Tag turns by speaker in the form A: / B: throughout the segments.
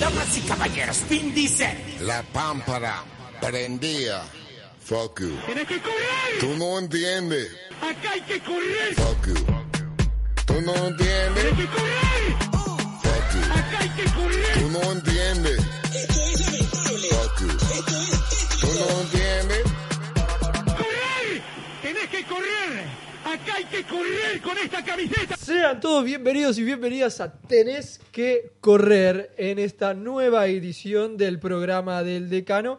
A: Damas y caballeros, Vin Diesel.
B: La pámpara prendía. Fuck you.
A: ¡Tienes que correr!
B: Tú no entiendes.
A: ¡Acá hay que correr!
B: Fuck you. Tú no entiendes.
A: ¡Tienes que correr!
B: Fuck you.
A: ¡Acá hay que correr!
B: Tú no entiendes. Fuck you. Tú no entiendes.
A: ¡Correr! ¡Tenés que correr! ¡Acá hay que correr con esta camiseta!
C: Sean todos bienvenidos y bienvenidas a Tenés que correr en esta nueva edición del programa del decano.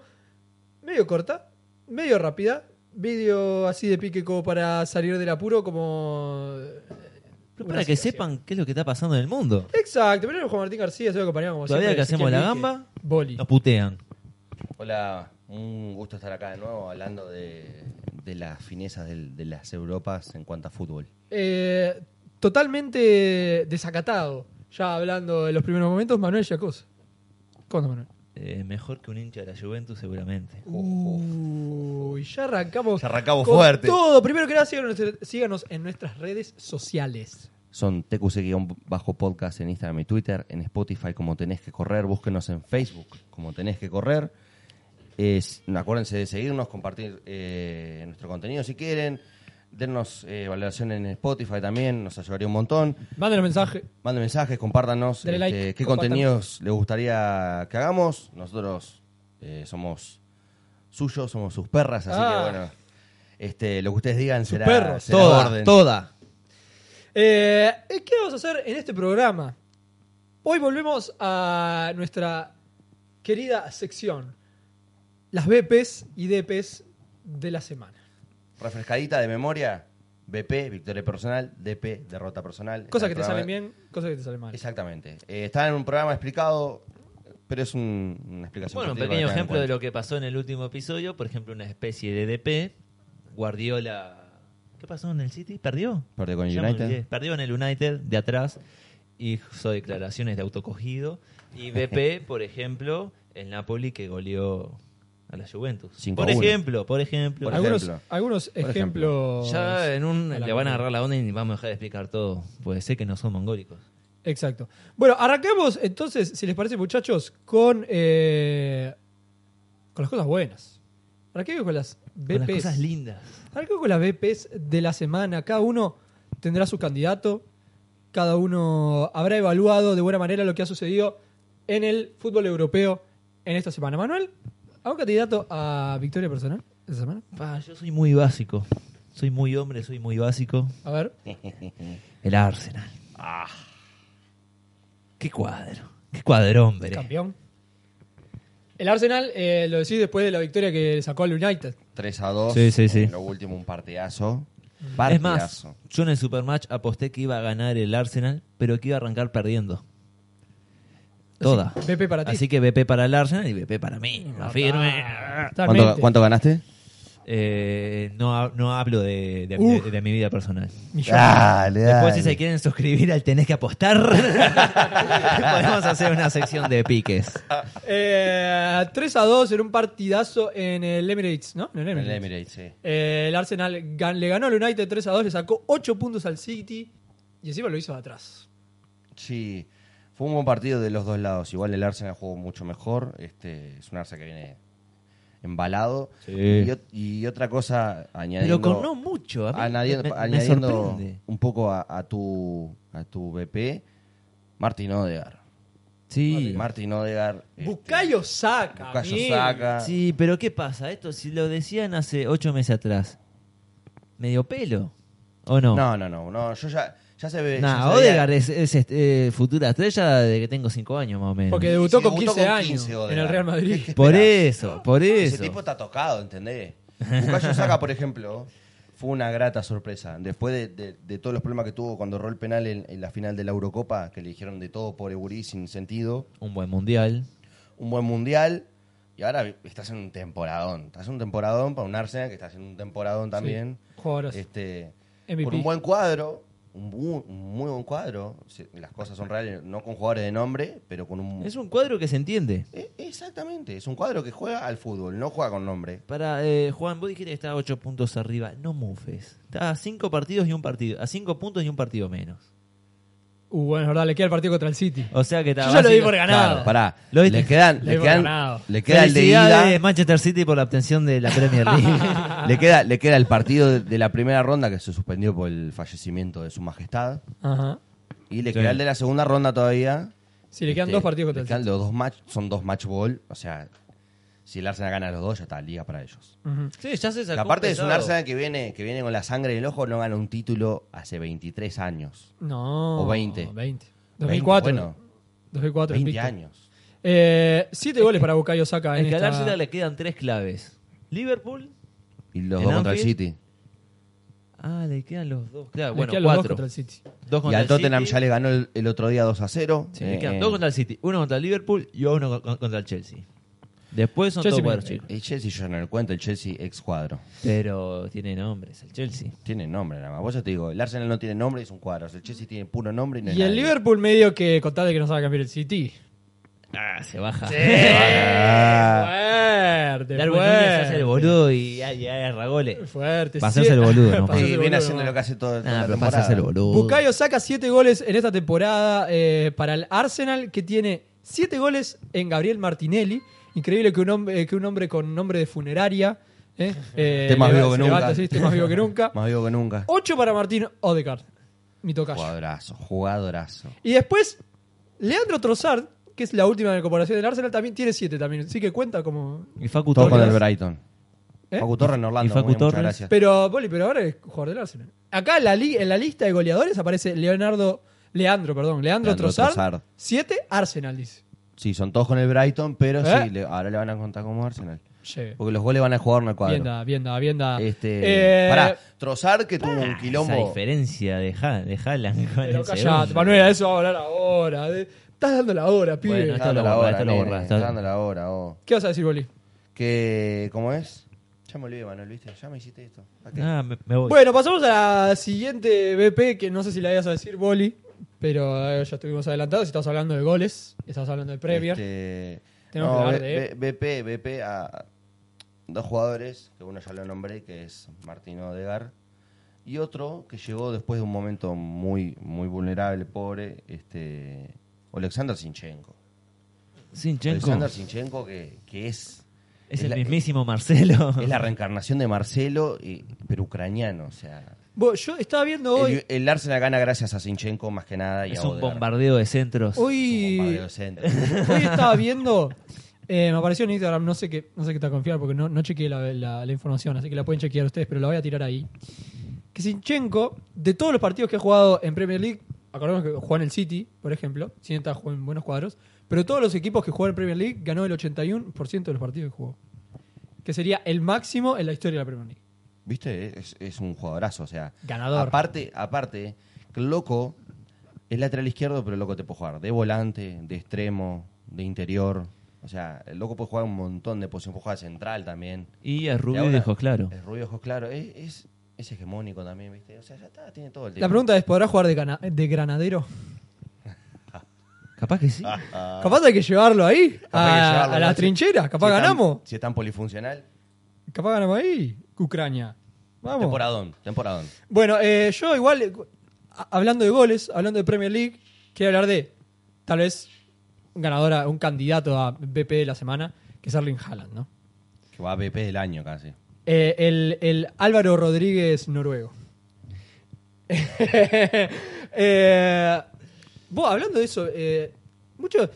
C: Medio corta, medio rápida, vídeo así de pique como para salir del apuro como...
D: Pero
C: una
D: para que
C: situación.
D: sepan qué es lo que está pasando en el mundo.
C: Exacto, primero Juan Martín García, soy acompañado como
D: Todavía
C: siempre
D: que
C: de
D: hacemos la
C: Ezequiel
D: gamba,
C: Vique, Boli.
D: nos putean.
E: Hola, un gusto estar acá de nuevo hablando de, de las finezas del- de, las Europas en cuanto a fútbol.
C: Eh, totalmente desacatado, ya hablando de los primeros momentos, Manuel Yacos. ¿Cuándo, Manuel?
D: Eh, mejor que un hincha de la Juventus, seguramente.
C: Uy, ya arrancamos.
E: Oh. Ya arrancamos
C: con
E: fuerte.
C: Todo. Primero que nada, síganos, síganos en nuestras redes sociales.
E: Son TQC-podcast en Instagram y Twitter, en Spotify como tenés que correr, búsquenos en Facebook como tenés que correr. Es- acuérdense de seguirnos, compartir eh, nuestro contenido si quieren, dennos eh, valoración en Spotify también, nos ayudaría un montón.
C: Mándenos mensaje.
E: Manden mensajes, compártanos
C: Dale
E: este,
C: like,
E: qué
C: compartan.
E: contenidos les gustaría que hagamos. Nosotros eh, somos suyos, somos sus perras, así
C: Ah.
E: que bueno, este, lo que ustedes digan será,
C: perros.
E: será orden.
D: toda.
C: Eh, ¿Qué vamos a hacer en este programa? Hoy volvemos a nuestra querida sección: las BPs y DPs de la semana.
E: Refrescadita de memoria, BP, victoria personal, DP, derrota personal.
C: Cosas
E: Está
C: que
E: el
C: te
E: programa-
C: salen bien, cosas que te salen mal.
E: Exactamente. Eh, está en un programa explicado, pero es un- una explicación.
D: Bueno, un
E: cortita
D: pequeño
E: para que
D: ejemplo de
E: tengan en
D: lo que pasó en el último episodio. Por ejemplo, una especie de DP. Guardiola. ¿Qué pasó en el City? ¿Perdió?
E: Perdió con el
D: Ya me
E: United.
D: olvidé. Perdió en el United de atrás. Hizo declaraciones de autocogido. Y BP, por ejemplo, el Napoli que goleó a la Juventus.
E: Cinco a
D: Por
E: uno.
D: ejemplo, por ejemplo.
E: Por
C: algunos
E: ejemplo.
C: algunos
E: ejemplo.
C: ejemplos.
D: Ya en un
C: a la
D: le van a
C: comida.
D: agarrar la onda y vamos a dejar de explicar todo. Puede ser que no son mongólicos.
C: Exacto. Bueno, arranquemos entonces, si les parece, muchachos, con, eh, con las cosas buenas. Arranquemos con las BPs.
D: Con las cosas lindas.
C: Arranquemos con las BPs de la semana. Cada uno tendrá su candidato. Cada uno habrá evaluado de buena manera lo que ha sucedido en el fútbol europeo en esta semana. Manuel, ¿a un candidato a victoria personal esta semana?
D: Pa, yo soy muy básico. Soy muy hombre, soy muy básico.
C: A ver.
D: El Arsenal. Qué cuadro. Qué cuadro, hombre.
C: Campeón. El Arsenal eh, lo decís después de la victoria que sacó al United.
E: 3 a 2.
D: Sí, sí, sí.
E: en Lo último, un partidazo.
D: Es más,
E: Partidazo.
D: yo en el Supermatch aposté que iba a ganar el Arsenal, pero que iba a arrancar perdiendo. Toda.
C: BP para ti. Mm,
D: Así que BP para el Arsenal y BP para mí. La firme.
E: eh, ¿Cuánto,
C: Ah, Totalmente.
E: ¿Cuánto ganaste?
D: Eh, no, ha- no hablo de, de-
C: Uh.
D: de- de mi vida personal.
C: Millones.
E: Dale,
D: Después, si se quieren suscribir al Tenés que apostar, podemos hacer una sección de piques.
C: Eh, 3 a 2 en un partidazo en el Emirates, ¿no? En el
E: El
C: Emirates.
E: Emirates, sí.
C: Eh, el Arsenal gan- le ganó al United 3 a 2, le sacó 8 puntos al City y encima lo hizo de atrás.
E: Sí, fue un buen partido de los dos lados. Igual el Arsenal jugó mucho mejor. Este, es un Arsenal que viene embalado. Y, ot- y otra cosa, añadiendo...
D: Pero con no mucho. A mí me,
E: añadiendo
D: me
E: añadiendo
D: sorprende.
E: un poco a, a tu, a tu BP, Martin Odegar.
D: Sí.
E: Martin Odegar. este,
C: Bucayo saca.
E: Bucayo
C: amigo.
E: Saka.
D: Sí, pero ¿qué pasa? Esto si lo decían hace ocho meses atrás. ¿Medio pelo? ¿O no?
E: No, no, no, no, Yo ya, ya se ve...
D: Nah,
E: ya se veía-
D: Odegaard es, es, este, eh, futura estrella de que tengo cinco años más o menos.
C: Porque debutó
E: Sí,
C: con
E: debutó
C: 15
E: con
C: años
E: 15
C: en
E: Odegaard.
C: el Real Madrid.
D: por eso, por
E: Ese
D: eso.
E: tipo está tocado, ¿entendés? Bucayo Saca, por ejemplo, fue una grata sorpresa. Después de, de- de todos los problemas que tuvo cuando erró el penal en, en la final de la Eurocopa, que le dijeron de todo, pobre gurí, sin sentido,
D: Un buen mundial.
E: un buen mundial. Y ahora vi- estás en un temporadón. Estás en un temporadón para un Arsenal que está haciendo un temporadón también.
C: Jugadoras.
E: Este,
C: MVP.
E: con un buen cuadro, un, bu- un muy buen cuadro. Sí, Las cosas son reales, no con jugadores de nombre, pero con un...
D: Es un cuadro que se entiende.
E: Eh, exactamente, es un cuadro que juega al fútbol, no juega con nombre.
D: Para eh, Juan, vos dijiste que estaba 8 puntos arriba. No mufes. Está a 5 partidos y un partido. A 5 puntos y un partido menos.
C: Uh, bueno, es verdad, le queda el partido contra el City.
D: O sea que está.
C: Yo ya lo di
D: básica-
C: por ganado.
E: Claro, pará.
D: Lo viste.
E: le quedan,
C: Le
E: le
C: hemos
E: quedan-
C: ganado.
E: le queda el de
D: Felicidades,
E: ida,
D: Manchester City por la obtención de la Premier League.
E: le queda, le queda el partido de, de la primera ronda que se suspendió por el fallecimiento de su majestad
C: Ajá.
E: y le
D: Sí.
E: queda el de la segunda ronda todavía.
C: Sí, le quedan
E: Este,
C: dos partidos contra
E: le
C: el
E: quedan
C: City.
E: los dos match, son dos match ball, o sea, si el Arsenal gana los dos ya está liga para ellos.
C: Ujú.
D: sí, ya se
E: Que
D: sacó.
E: aparte es un
D: pesado.
E: Arsenal que viene, que viene con la sangre en el ojo, no gana un título hace 23 años.
C: No.
E: O 20.
C: 20. 2004.
E: 20, bueno,
C: 2004.
E: 20
C: invicto.
E: años.
C: Eh, siete goles para Bukayo Saka en
D: Es que al
C: esta-
D: Arsenal le quedan tres claves. Liverpool.
E: Y los
D: ¿En
E: dos contra el
D: Anfield?
E: City.
D: Ah, le quedan los dos.
C: le
D: Claro, bueno,
C: quedan los dos
D: cuatro.
C: contra el City.
D: Dos
E: Y
D: contra
E: al
D: el
E: Tottenham
D: City.
E: ya le ganó el, el otro día 2 a 0.
D: Sí, le
E: Eh,
D: quedan
E: eh,
D: dos contra el City, uno contra el Liverpool y uno co- co- contra el Chelsea. Después son
C: Chelsea
D: todos cuadros
C: Milan.
D: chicos.
E: El Chelsea yo no le cuento, el Chelsea ex cuadro.
D: Pero tiene nombres el Chelsea.
E: Tiene nombre nada más. Vos ya te digo, el Arsenal no tiene nombre, es un cuadro. El Chelsea tiene puro nombre y no es
C: Y el
E: nadie.
C: Liverpool medio que con tal de que no sabe cambiar el City.
D: Ah, se baja.
E: Ah,
C: Fuerte,
D: Darwin Núñez se hace
C: fuerte.
D: el boludo y, y agarra goles.
C: Fuerte.
D: Va a hacerse el boludo, ¿no?
C: Va a hacerse
E: y
C: el
E: viene
C: boludo,
E: haciendo
C: ¿no?
E: lo que hace todo, toda
D: Ah,
E: la
D: pero
E: temporada.
D: pasás el boludo.
C: Bukayo saca 7 goles en esta temporada eh, para el Arsenal, que tiene 7 goles en Gabriel Martinelli. Increíble que un hombre, eh, que un hombre con nombre de funeraria. eh, eh,
E: Esté más
C: le va-
E: vivo que
C: se levanta,
E: nunca.
C: sí, esté más vivo que nunca.
E: Más vivo que nunca.
C: 8 para Martín Odegaard, mi tocayo.
E: Jugadorazo, jugadorazo.
C: Y después, Leandro Trossard, que es la última de la comparación del Arsenal, también tiene 7 también. Así que cuenta como...
D: Y Facu
E: Todo con
D: Torres.
E: el Brighton.
C: ¿Eh?
E: Facu Torres en Orlando.
D: y Facu
E: muy bien, muchas
D: Torres.
E: gracias.
C: Pero, Poli, pero ahora es jugador del Arsenal. Acá en la, li- en la lista de goleadores aparece Leonardo... Leandro, perdón. Leandro,
E: Leandro
C: Trossard.
E: Trossard.
C: 7, Arsenal, dice.
E: Sí, son todos con el Brighton, pero
C: ¿Eh?
E: sí, le- ahora le van a contar como Arsenal.
C: Lleve.
E: Porque los goles van a jugar en el cuadro.
C: Bien da, bien da, bien da.
E: Este,
C: Eh,
E: pará, Trozar que tuvo
D: Ah,
E: un quilombo.
D: Esa diferencia de, ha de Haaland con
C: Pero
D: el
C: callate,
E: eh.
D: segundo.
C: Manuel, a eso va a hablar ahora. De- Estás dando la hora, pibe.
D: Bueno,
E: Está dando
D: Esto lo
E: la
D: borra,
E: hora,
D: esto lo
E: nene,
D: borra,
E: está
D: esto-
E: dando la hora, oh.
C: ¿Qué vas a decir, Boli?
E: Que, ¿cómo es? Ya me olvidé, Manuel, ¿viste? Ya me hiciste esto. ¿Para qué?
D: Ah, me, me voy.
C: Bueno, pasamos a la siguiente BP, que no sé si la ibas a decir, Boli, pero eh, ya estuvimos adelantados. Estás hablando de goles, estás hablando de Premier.
E: Este,
C: Tenemos
E: no,
C: que hablar
E: B- B- BP, BP a dos jugadores, que uno ya lo nombré, que es Martín Odegar, y otro que llegó después de un momento muy, muy vulnerable, pobre, este, Alexander Sinchenko.
D: Sinchenko
E: Alexander Sinchenko que, que es...
D: es
E: es
D: el
E: la-
D: mismísimo Marcelo.
E: Es la reencarnación de Marcelo, y- pero ucraniano, o sea...
C: Vos, yo estaba viendo hoy.
E: El, el Arsenal gana gracias a Sinchenko más que nada. Y
D: Es
E: a
D: un
E: Odegaard.
D: bombardeo de centros.
E: Un
C: hoy,
E: bombardeo de centro.
C: hoy estaba viendo. eh, me apareció en Instagram, no sé qué, no sé qué está confiar porque no, no chequeé la, la- la información, así que la pueden chequear ustedes, pero la voy a tirar ahí. Que Sinchenko, de todos los partidos que ha jugado en Premier League, acordemos que juega en el City, por ejemplo, Sienta jugó en buenos cuadros, pero todos los equipos que juegan en Premier League ganó el 81% de los partidos que jugó. Que sería el máximo en la historia de la Premier League.
E: ¿Viste? Es, es un jugadorazo, o sea.
C: Ganador.
E: Aparte, aparte, que loco es lateral izquierdo, pero loco te puede jugar de volante, de extremo, de interior. O sea, el loco puede jugar un montón de posiciones, puede jugar central también.
D: Y a
E: Y
D: Rubio
E: ahora,
D: dijo, claro.
E: Es rubio ojos claro. Es, es, es hegemónico también, ¿viste? O sea, ya está, tiene todo el
C: La pregunta es, ¿podrá jugar de, gana- de granadero?
D: Capaz que sí.
E: Ah.
C: Capaz hay que llevarlo ahí, a, ah, a la trinchera, capaz ganamos.
E: si es tan polifuncional.
C: Capaz ganamos ahí, Ucrania. Vamos.
E: Temporadón, temporadón.
C: Bueno, eh, yo igual, eh, a- hablando de goles, hablando de Premier League, quiero hablar de tal vez un ganador, a- un candidato a BP de la semana, que es Erling Haaland, ¿no?
E: Que va a BP del año casi.
C: Eh, el, el Álvaro Rodríguez noruego. Eh, vos, hablando de eso, eh, mucho.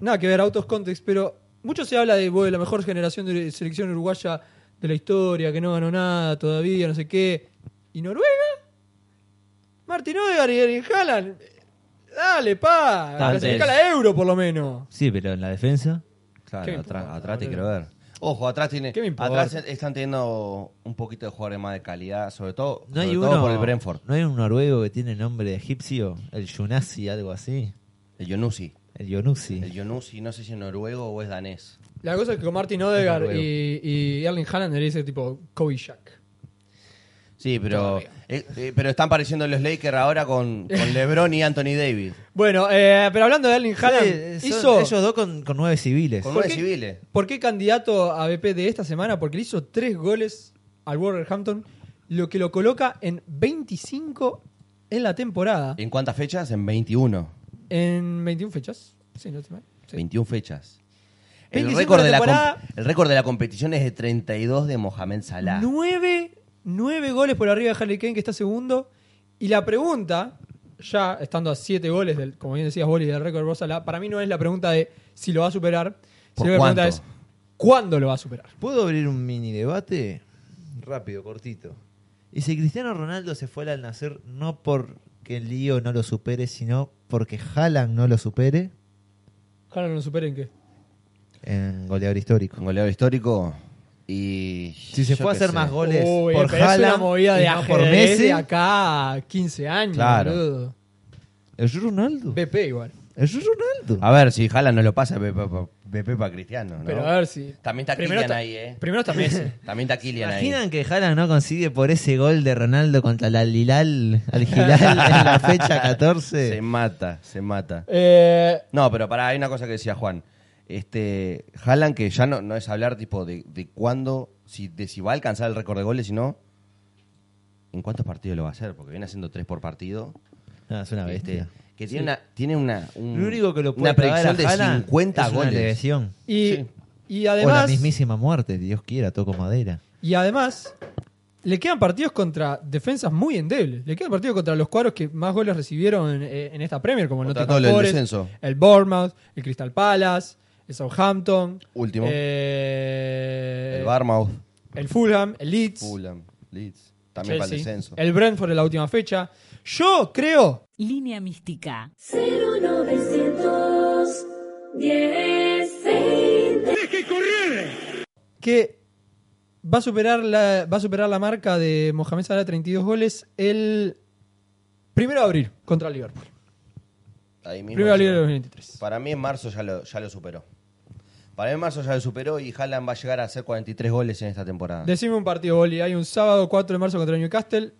C: Nada que ver, autos context, pero mucho se habla de, vos, de la mejor generación de selección uruguaya de la historia, que no ganó nada todavía, no sé qué. ¿Y Noruega? Martin Odegaard y Erling Haaland. Dale, pa.
D: Tal vez.
C: Clasifica la euro, por lo menos.
D: Sí, pero en la defensa.
E: Claro,
C: Qué
E: atrás,
C: importa,
E: atrás te
C: boludo.
E: quiero ver. Ojo, atrás tiene.
C: ¿Qué me importa?
E: atrás están teniendo un poquito de jugadores más de calidad, sobre todo,
D: No hay
E: sobre todo
D: uno.
E: por el Brentford.
D: No hay un noruego que tiene nombre de egipcio, el Yunasi, algo así.
E: El Yonusi.
D: El Yonusi.
E: El Yonusi, no sé si es noruego o es danés.
C: La cosa es que con Martin Odegaard
D: Noruego.
C: y, y Erling Haaland debería ser tipo Kobe Shaq.
E: Sí, pero, eh, eh, pero están pareciendo los Lakers ahora con, con LeBron y Anthony Davis.
C: Bueno, eh, pero hablando de Erling Haaland,
D: Sí, eh, son
C: hizo...
D: Ellos dos con, con nueve civiles.
E: Con
C: ¿Por
E: nueve
C: qué?
E: civiles.
C: ¿Por qué candidato a BP de esta semana? Porque le hizo tres goles al Wolverhampton, lo que lo coloca en 25 en la temporada.
E: ¿En cuántas fechas? En 21.
C: En 21 fechas. Sí, no estoy mal. Sí.
E: 21 fechas. El
C: 25
E: récord,
C: la
E: de la
C: temporada.
E: comp- el récord de la competición es de 32 de Mohamed Salah.
C: Nueve, nueve goles por arriba de Harry Kane, que está segundo. Y la pregunta, ya estando a siete goles, del, como bien decías, Boli, del récord de Mo Salah, para mí no es la pregunta de si lo va a superar,
E: ¿Por
C: sino la
E: cuánto?
C: pregunta es ¿cuándo lo va a superar?
D: ¿Puedo abrir un mini debate? Rápido, cortito. Y si Cristiano Ronaldo se fue al Al Nacer no porque el lío no lo supere, sino porque Haaland no lo supere
C: Haaland no lo supera en qué.
D: en goleador histórico.
E: Un goleador histórico. Y.
D: Si se
E: yo
D: fue a
E: qué
D: hacer
E: sé.
D: más goles
C: Uy,
D: por
C: pero es una
D: Haaland
C: movida de
D: y no por
C: ajedrez
D: Messi,
C: de acá a 15 años,
E: Claro.
C: boludo.
D: es Ronaldo.
C: BP igual.
D: Es Ronaldo.
E: A ver, si Jala no lo pasa, Pepe para Cristiano. ¿no?
C: Pero a ver si...
E: También está
C: Primero
E: Kylian
C: está-
E: ahí, ¿eh?
C: Primero está Messi.
E: También está Kylian ahí.
D: ¿Imaginan que Haaland no consigue por ese gol de Ronaldo contra el Al Hilal, al Hilal en la fecha 14?
E: Se mata, se mata.
C: Eh,
E: No, pero para hay una cosa que decía Juan. Este, Haaland, que ya no, no es hablar tipo de, de cuándo, si, de si va a alcanzar el récord de goles, sino en cuántos partidos lo va a hacer, porque viene haciendo tres por partido.
D: No, es una
E: Este,
D: bestia.
E: que tiene una, tiene una, un-
D: Lo único que lo puede
E: una
D: cagar
E: predicción
D: a
E: de
D: Haaland
E: 50
D: es una
E: goles.
D: lesión.
C: y,
E: Sí.
C: y
D: O la
C: además...
D: mismísima muerte, Dios quiera, toco madera.
C: Y además, le quedan partidos contra defensas muy endebles. Le quedan partidos contra los cuadros que más goles recibieron eh, en, esta Premier, como el
E: Contra
C: Nottingham
E: todo el
C: Forest,
E: descenso.
C: el Bournemouth, el Crystal Palace, el Southampton,
E: Último.
C: eh,
E: el Barmouth,
C: el Fulham, el Leeds,
E: Fulham, Leeds, también para el
C: Chelsea,
E: descenso.
C: el Brentford en la última fecha. Yo creo
F: Línea mística.
G: 0,910, 20.
A: Tenés que correr.
C: que va a superar la, va a superar la marca de Mohamed Salah 32 goles el primero de abril contra el Liverpool.
E: Ahí mismo
C: Primero de abril
E: llega.
C: de 2023.
E: Para mí en marzo ya lo, ya lo superó. Para mí en marzo ya lo superó y Haaland va a llegar a hacer 43 goles en esta temporada.
C: Decime un partido, Boli. Hay un sábado 4 de marzo contra Newcastle,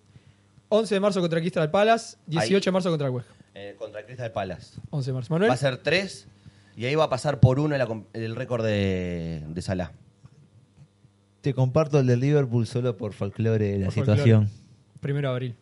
C: 11 de marzo contra Crystal Palace, 18 de marzo contra el West Ham.
E: Eh, contra Crystal Palace.
C: 11 de marzo,
E: Va
C: Manuel.
E: a ser 3 y ahí va a pasar por 1 el récord de, de Salah.
D: Te comparto el de Liverpool solo por folclore de la
C: Por
D: situación.
C: Primero de abril.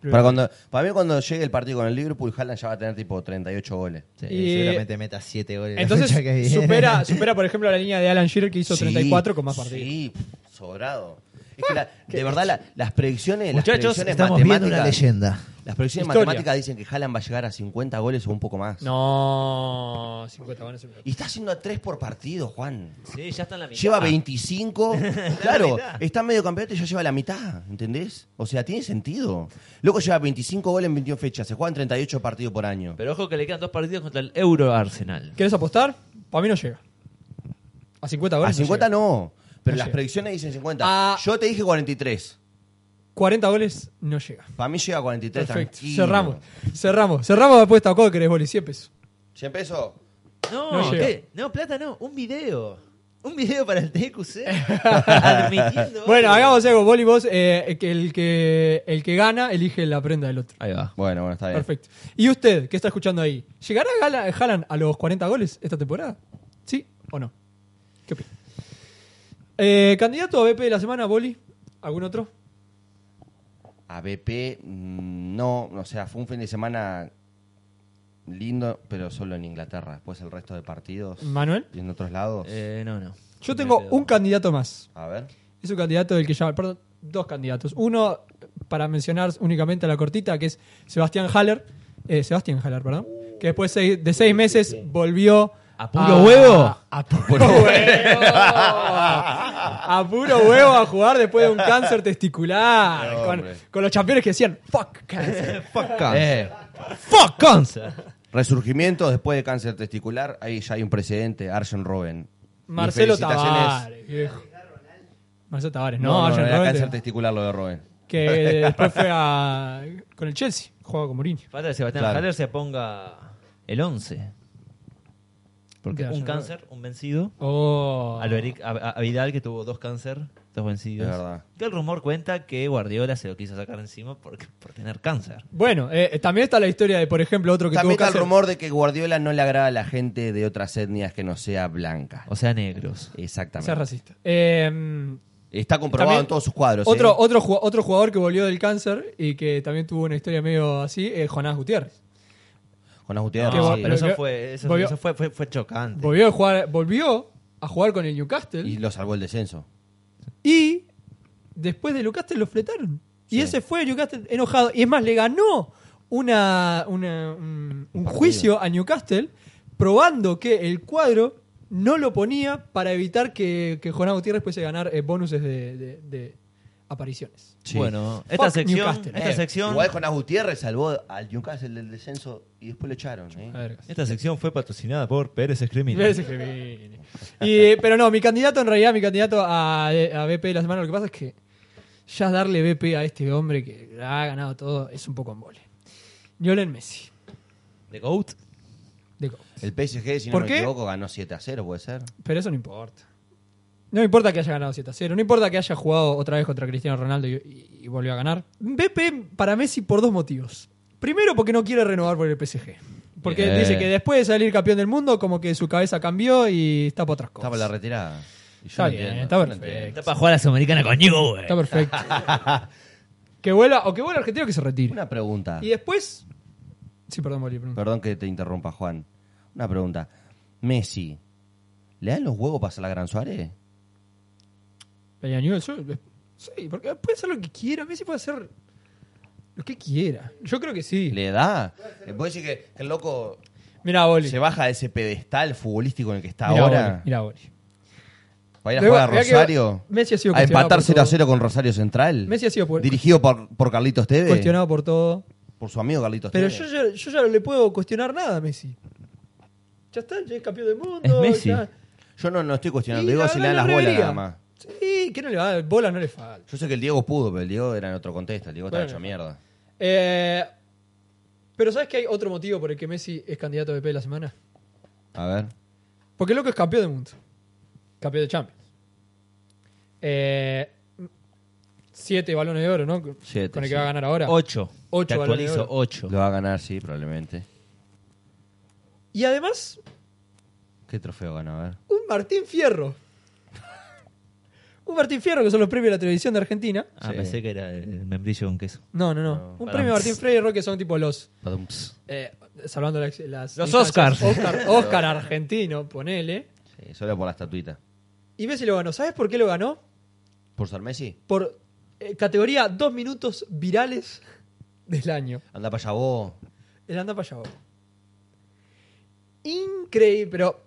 C: Primero
E: Para,
C: de abril.
E: cuando, para mí cuando llegue el partido con el Liverpool, Haaland ya va a tener tipo 38 goles.
D: Sí,
C: Y-
D: Seguramente meta 7 goles. la fecha que
C: Entonces,
D: viene.
C: supera, supera, por ejemplo, la línea de Alan Shearer que hizo
E: Sí,
C: 34 con más partidos.
E: Sí, sobrado. Es que la- de verdad, la- las predicciones, las
D: Muchachos,
E: predicciones
D: estamos viendo una
E: matemáticas-
D: leyenda.
E: Las predicciones
C: Historia.
E: matemáticas dicen que Haaland va a llegar a 50 goles o un poco más.
C: No, 50 van a ser-
E: Y está haciendo a 3 por partido, Juan.
D: Sí, ya está en la Ah.
E: Lleva 25. claro,
D: mitad.
E: está medio campeonato y ya lleva la mitad, ¿entendés? O sea, tiene sentido. Loco lleva 25 goles en 21 fechas, se juegan 38 partidos por año.
D: Pero ojo que le quedan dos partidos contra el Euro Arsenal.
C: ¿Querés apostar? Para mí no llega. A 50
E: a
C: goles.
E: 50
C: llega.
E: no, pero
C: No
E: las
C: llega.
E: predicciones dicen 50.
C: Ah.
E: Yo te dije 43.
C: 40 goles no llega.
E: Para mí llega a 43
C: Perfecto.
E: tranquilo.
C: Cerramos. Cerramos. Cerramos la apuesta. ¿Cuál querés, Boli? 100 pesos.
E: 100 pesos.
D: No,
C: No llega.
D: ¿qué? no, plata no, un video. Un video para el TQC. admitiendo.
C: Bueno,
D: algo.
C: hagamos algo, Boli, vos, eh, que el, que, el que gana elige la prenda del otro.
D: Ahí va.
E: Bueno, bueno, está bien.
C: Ah. Perfecto. ¿Y usted, que está escuchando ahí? ¿Llegará Gala- Haaland a los 40 goles esta temporada? ¿Sí o no? ¿Qué opina? Eh, ¿Candidato a BP de la semana, Boli? ¿Algún otro?
E: A BP, mm, no, o sea, fue un fin de semana lindo, pero solo en Inglaterra. Después el resto de partidos
C: ¿Manuel?
E: y en otros lados.
D: Eh, no, no.
C: Yo tengo un candidato más.
E: A ver.
C: Es un candidato del que ya... Perdón, dos candidatos. Uno, para mencionar únicamente a la cortita, que es Sebastián Haller. Eh, Sebastián Haller, perdón. Que después de seis- de seis meses volvió...
D: ¿A puro huevo?
C: Ah, A puro huevo. A puro huevo a jugar después de un cáncer testicular.
E: No,
C: con,
E: hombre.
C: con los campeones que decían, fuck cáncer.
D: Fuck
E: Eh,
D: Fuck cancer.
E: Resurgimiento después de cáncer testicular, ahí ya hay un precedente, Arjen Robben.
C: Marcelo
E: felicitaciones.
C: Tavares, viejo. Marcelo Tavares, no,
E: No, no, no,
C: Arjen
E: era
C: Robben,
E: cáncer testicular lo de Robben.
C: que después fue a, con el Chelsea, jugaba con Mourinho.
F: Falta que Sebastián
E: Claro.
F: Haller se ponga el 11. Porque
C: Ya,
F: un
C: ya,
F: cáncer, un vencido.
C: Oh,
F: A, lo Eric- a- a Vidal, que tuvo dos cáncer, dos vencidos.
E: Es verdad.
F: Que el rumor cuenta que Guardiola se lo quiso sacar encima porque, por tener cáncer.
C: Bueno, eh, también está la historia de, por ejemplo, otro que
E: También
C: tuvo
E: está el
C: cáncer.
E: rumor de que Guardiola no le agrada a la gente de otras etnias que no sea blanca.
F: O sea, negros.
C: Sea
E: Exactamente.
C: racista. Eh,
E: Está comprobado
C: También-
E: en todos sus cuadros. ¿eh?
C: otro, otro, ju- otro jugador que volvió del cáncer y que también tuvo una historia medio así, es Jonás Gutiérrez.
E: Jonás
F: No,
E: Gutiérrez.
C: Que vol-
F: Ah,
E: sí.
F: pero Eh, eso
C: volvió-
F: fue, eso,
C: volvió-
F: eso fue, fue, fue chocante.
C: Volvió a jugar, volvió a jugar con el Newcastle
E: Y
C: y,
E: lo salvó el descenso.
C: después de Newcastle lo fletaron. Y
E: Sí.
C: ese fue Newcastle enojado. Y es más, le ganó una, una- un, un juicio a Newcastle probando que el cuadro no lo ponía para evitar que, que Jonás Gutiérrez pudiese ganar eh, bonuses de, de- de apariciones.
F: Bueno, esta
C: Fuck
F: sección,
C: Newcastle.
F: esta
C: Eh,
F: sección,
E: Igual Jonás Gutiérrez salvó al Newcastle del descenso y después lo echaron. ¿eh?
C: A ver.
F: esta sección fue patrocinada por Pérez Escremina.
C: Ese que viene. Y, eh, pero no, mi candidato en realidad, mi candidato a, a BP de la semana, lo que pasa es que ya darle BP a este hombre que ha ganado todo es un poco embole. Lionel Messi.
F: De Goat.
C: de Copa.
E: El PSG, si no
C: ¿Por
E: me
C: qué?
E: equivoco, ganó 7 a 0, puede ser.
C: Pero eso no importa. No importa que haya ganado 7 a 0, no importa que haya jugado otra vez contra Cristiano Ronaldo y, y- y volvió a ganar. BP para Messi por dos motivos. Primero, porque no quiere renovar por el PSG. Porque
E: Bien.
C: dice que después de salir campeón del mundo, como que su cabeza cambió y está para otras cosas.
E: Estaba la retirada. Y yo
C: Está
E: no
C: bien,
E: entiendo,
C: está
E: yo no
C: perfecto.
E: entiendo.
F: Está para jugar a la Sudamericana con Newell.
C: Está perfecto. que vuela, o que vuela argentino que se retire.
E: Una pregunta.
C: Y después. Sí, perdón, Bolí. perdón.
E: Perdón que te interrumpa, Juan. Una pregunta. Messi, ¿le dan los huevos para hacer la Gran Suárez?
C: Peña Newell, yo- eh, sí, porque puede hacer lo que quiera. Messi puede hacer lo que quiera. Yo creo que sí.
E: ¿Le da? Puede decir que que el loco
C: Mira, Boli.
E: se baja de ese pedestal futbolístico en el que está
C: Mirá, Boli.
E: ahora.
C: Mirá, Boli.
E: Para ir a
C: Luego,
E: jugar a
C: mirá que
E: Rosario.
C: Messi ha sido
E: A
C: cuestionado
E: empatar
C: por
E: 0 a
C: todo.
E: 0 con Rosario Central.
C: Messi ha sido por-
E: Dirigido por, por Carlitos Tevez.
C: Cuestionado por todo.
E: Por su amigo Carlitos
C: Pero yo ya,
E: Tevez.
C: yo ya no le puedo cuestionar nada a Messi. Ya está, ya es campeón del mundo.
F: Es Messi.
C: ya-
E: Yo no, no estoy cuestionando.
C: Y
E: Digo
C: la
E: si le
C: verdad
E: dan las
C: no
E: bolas
C: debería.
E: nada más.
C: Sí, que no le va, bolas no le falta.
E: Yo sé que el Diego pudo, pero el Diego era en otro contexto. El Diego
C: Bueno.
E: está hecho mierda.
C: Eh, pero ¿sabes que hay otro motivo por el que Messi es candidato a BP de la semana?
E: A ver.
C: Porque el loco es campeón del mundo. Campeón de Champions. Eh, siete balones de oro, ¿no?
E: Siete,
C: Con el que
E: sí.
C: va a ganar ahora.
F: 8.
C: Ocho
F: Te
C: balones de
F: actualizo,
C: oro.
F: 8.
E: Lo va a ganar, sí, probablemente.
C: Y además,
E: ¿Qué trofeo ganó? A ver.
C: un Martín Fierro. un Martín Fierro, que son los premios de la televisión de Argentina.
F: Ah,
E: Sí.
F: pensé que era el membrillo con queso.
C: No, no, no. Un
F: Para-
C: premio Martín Fierro que son tipo los.
E: Padum, ps.
C: eh, salvando las. las
F: Los
C: distancias.
F: Oscars.
C: Oscar, Oscar argentino, ponele.
E: Sí, solo por la estatuita.
C: Y Messi lo ganó. ¿Sabes por qué lo ganó?
E: ¿Por ser Messi?
C: por eh, categoría dos minutos virales del año.
E: Anda para allá vos.
C: El anda para allá. vos. Increíble, pero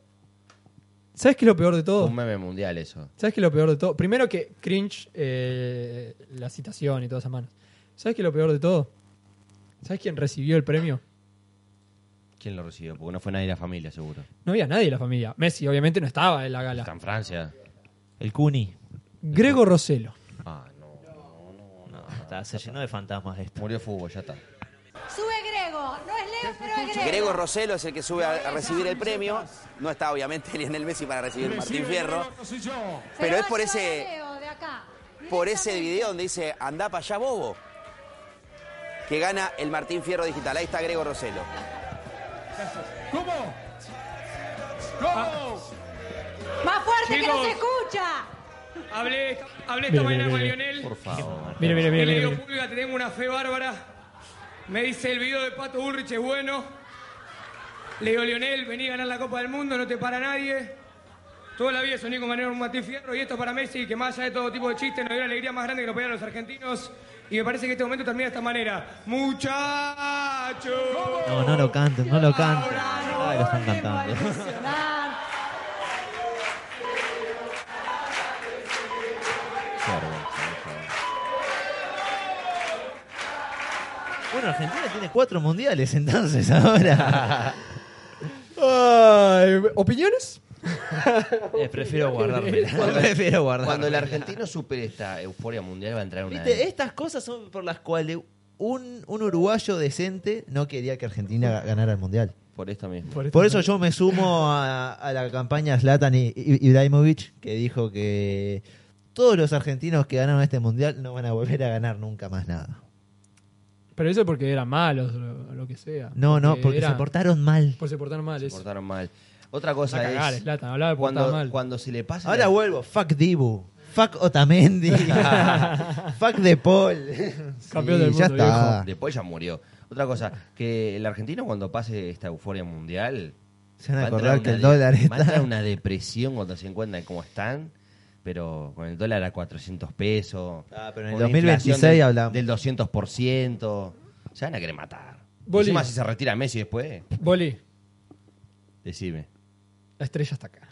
C: ¿sabes qué es lo peor de todo?
E: Un meme mundial eso.
C: ¿Sabes qué es lo peor de todo? Primero que cringe eh, la citación y todas esas manos. ¿Sabes qué es lo peor de todo? ¿Sabes quién recibió el premio?
E: ¿Quién lo recibió? Porque no fue nadie de la familia, seguro.
C: No había nadie de la familia. Messi obviamente no estaba en la
E: Está
C: gala.
E: en Francia.
F: El Cuni.
C: Grego Roselo.
E: Ah, no.
F: No, está, se llenó de fantasmas esto.
E: Murió fútbol, ya está.
H: Sube Grego, no es Leo, pero es Grego.
I: Grego Roselo es el que sube a, a recibir el premio. No está obviamente Lionel Messi para recibir Martín Fierro, pero es por ese,
H: Leo, de acá.
I: por ese video donde dice anda para allá bobo que gana el Martín Fierro digital. Ahí está Grego Roselo.
A: ¿Cómo? ¿Cómo?
H: Más fuerte que no
A: Chicos.
H: se escucha.
A: Hablé, hablé
C: Mire,
A: esta
C: mire,
A: mañana con
C: mire.
A: Lionel.
E: Por favor.
C: Mire, mire,
A: Y
C: mire,
A: le
C: mire.
A: digo, Pulga, tenemos una fe bárbara. Me dice, el video de Pato Bullrich es bueno. Le digo, Lionel, vení a ganar la Copa del Mundo, no te para nadie. Toda la vida soñé con ganar un Martín Fierro y esto para Messi, que más allá de todo tipo de chistes, nos dio la alegría más grande que nos podían los argentinos. Y me parece que este momento termina de esta manera. ¡Muchachos!
F: No, no lo canten, no lo canten.
A: Ahora no
F: Ay, lo
A: vuelven
F: están
A: a
F: cantando.
H: Impresionante.
F: Bueno, Argentina tiene cuatro mundiales entonces ahora.
C: Ay, ¿Opiniones?
F: Eh, prefiero guardármela. prefiero guardármela.
E: Cuando el argentino supere esta euforia mundial va a entrar una...
D: Viste, estas cosas son por las cuales un, un uruguayo decente no quería que Argentina ganara el mundial.
E: Por esto mismo.
D: Por eso yo me sumo a, a la campaña Zlatan I- I- Ibrahimovic, que dijo que todos los argentinos que ganaron este mundial no van a volver a ganar nunca más nada.
C: Pero eso porque eran malos o lo, lo que sea.
D: No, no, porque
C: Eh, era-
D: se portaron mal.
C: Por se portaron mal,
E: Se
C: eso.
E: portaron mal. Otra cosa
C: A cagar,
E: es...
C: Zlatan, hablaba de portar
E: cuando,
C: mal.
E: cuando se le pasa...
D: Ahora vuelvo, fuck Dibu, fuck Otamendi, fuck De Paul.
C: Campeón
D: Sí,
C: del
D: ya
C: mundo,
D: está.
E: Después ya murió. Otra cosa, que el argentino cuando pase esta euforia mundial...
D: Se van a
E: va
D: acordar
E: entrar
D: que el
E: una de-
D: dólar
E: Va a entrar
D: está...
E: una depresión cuando se encuentran cómo están, pero con el dólar a 400 pesos.
D: Ah, pero en el
E: con una inflación
D: 2026
E: del-
D: hablamos.
E: Del 200%. Se van a querer matar.
C: Boli.
E: Encima si se retira Messi después,
C: Boli,
E: decime.
C: la estrella está acá.